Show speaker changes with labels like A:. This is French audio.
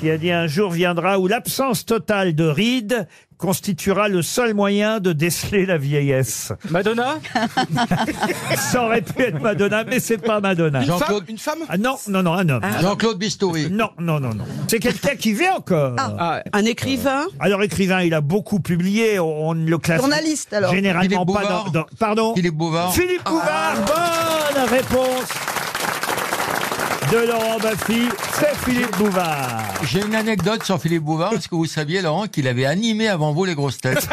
A: qui a dit un jour viendra où l'absence totale de rides constituera le seul moyen de déceler la vieillesse.
B: Madonna
A: Ça aurait pu être Madonna, mais c'est pas Madonna.
C: Jean-Claude-
D: Une femme
A: Ah non, non, non, un homme.
C: Jean-Claude Bistouri.
A: Non, non, non, non. C'est quelqu'un qui vit encore.
E: Un écrivain
A: Alors écrivain, il a beaucoup publié, on on ne le classe
E: Journaliste, alors.
A: généralement
C: Philippe
A: pas dans,
C: Bouvard.
A: dans- Pardon
C: Philippe Bouvard.
A: Philippe Bouvard,
E: Ah.
A: bonne réponse de Laurent Baffy, c'est Philippe Bouvard.
C: J'ai une anecdote sur Philippe Bouvard. Est-ce que vous saviez, Laurent, qu'il avait animé avant vous les grosses têtes